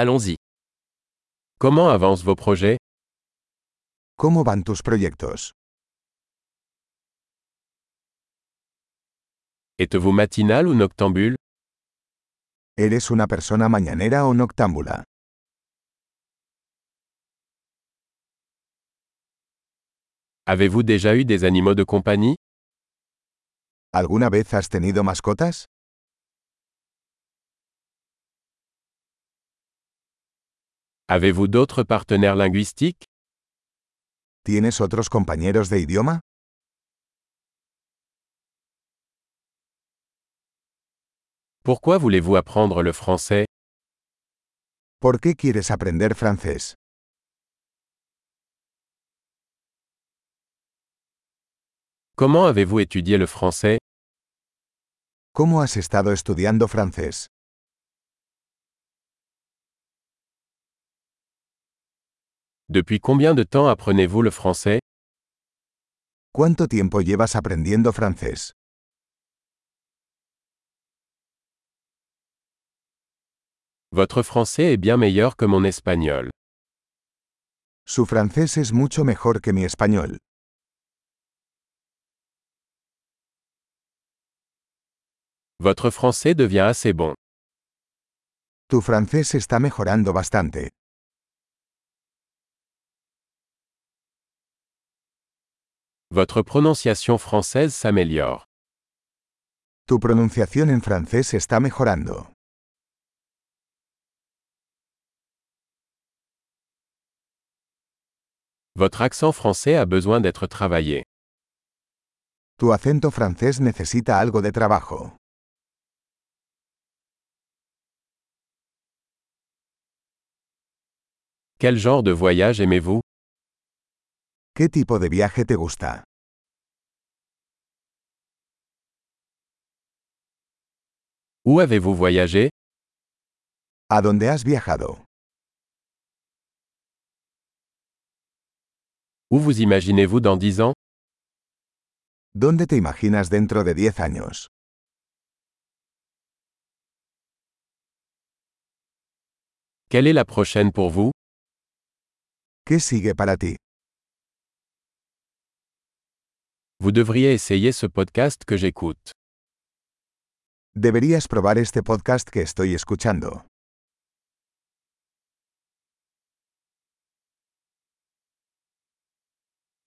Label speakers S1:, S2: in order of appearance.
S1: Allons-y. Comment avancent vos projets
S2: ¿Cómo van tus proyectos?
S1: Êtes-vous matinal ou noctambule
S2: ¿Eres una persona mañanera o noctámbula?
S1: Avez-vous déjà eu des animaux de compagnie
S2: ¿Alguna vez has tenido mascotas?
S1: Avez-vous d'autres partenaires linguistiques
S2: ¿Tienes otros compañeros de idioma?
S1: Pourquoi voulez-vous apprendre le français
S2: ¿Por qué quieres aprender francés?
S1: Comment avez-vous étudié le français
S2: ¿Cómo has estado estudiando francés?
S1: Depuis combien de temps apprenez-vous le français
S2: ¿Cuánto tiempo llevas aprendiendo francés?
S1: Votre français est bien meilleur que mon espagnol.
S2: Su francés es mucho mejor que mi español.
S1: Votre français devient assez bon.
S2: Tu francés está mejorando bastante.
S1: Votre prononciation française s'améliore.
S2: Tu pronunciación en francés está mejorando.
S1: Votre accent français a besoin d'être travaillé.
S2: Tu acento francés necesita algo de trabajo.
S1: Quel genre de voyage aimez-vous
S2: ¿Qué tipo de viaje te gusta?
S1: Où avez-vous voyagé
S2: ¿A dónde has viajado?
S1: Où vous imaginez-vous dans 10 ans
S2: ¿Dónde te imaginas dentro de 10 años?
S1: Quelle est la prochaine pour vous
S2: ¿Qué sigue para ti?
S1: Vous devriez essayer ce podcast que j'écoute.
S2: Deberías probar este podcast que estoy escuchando.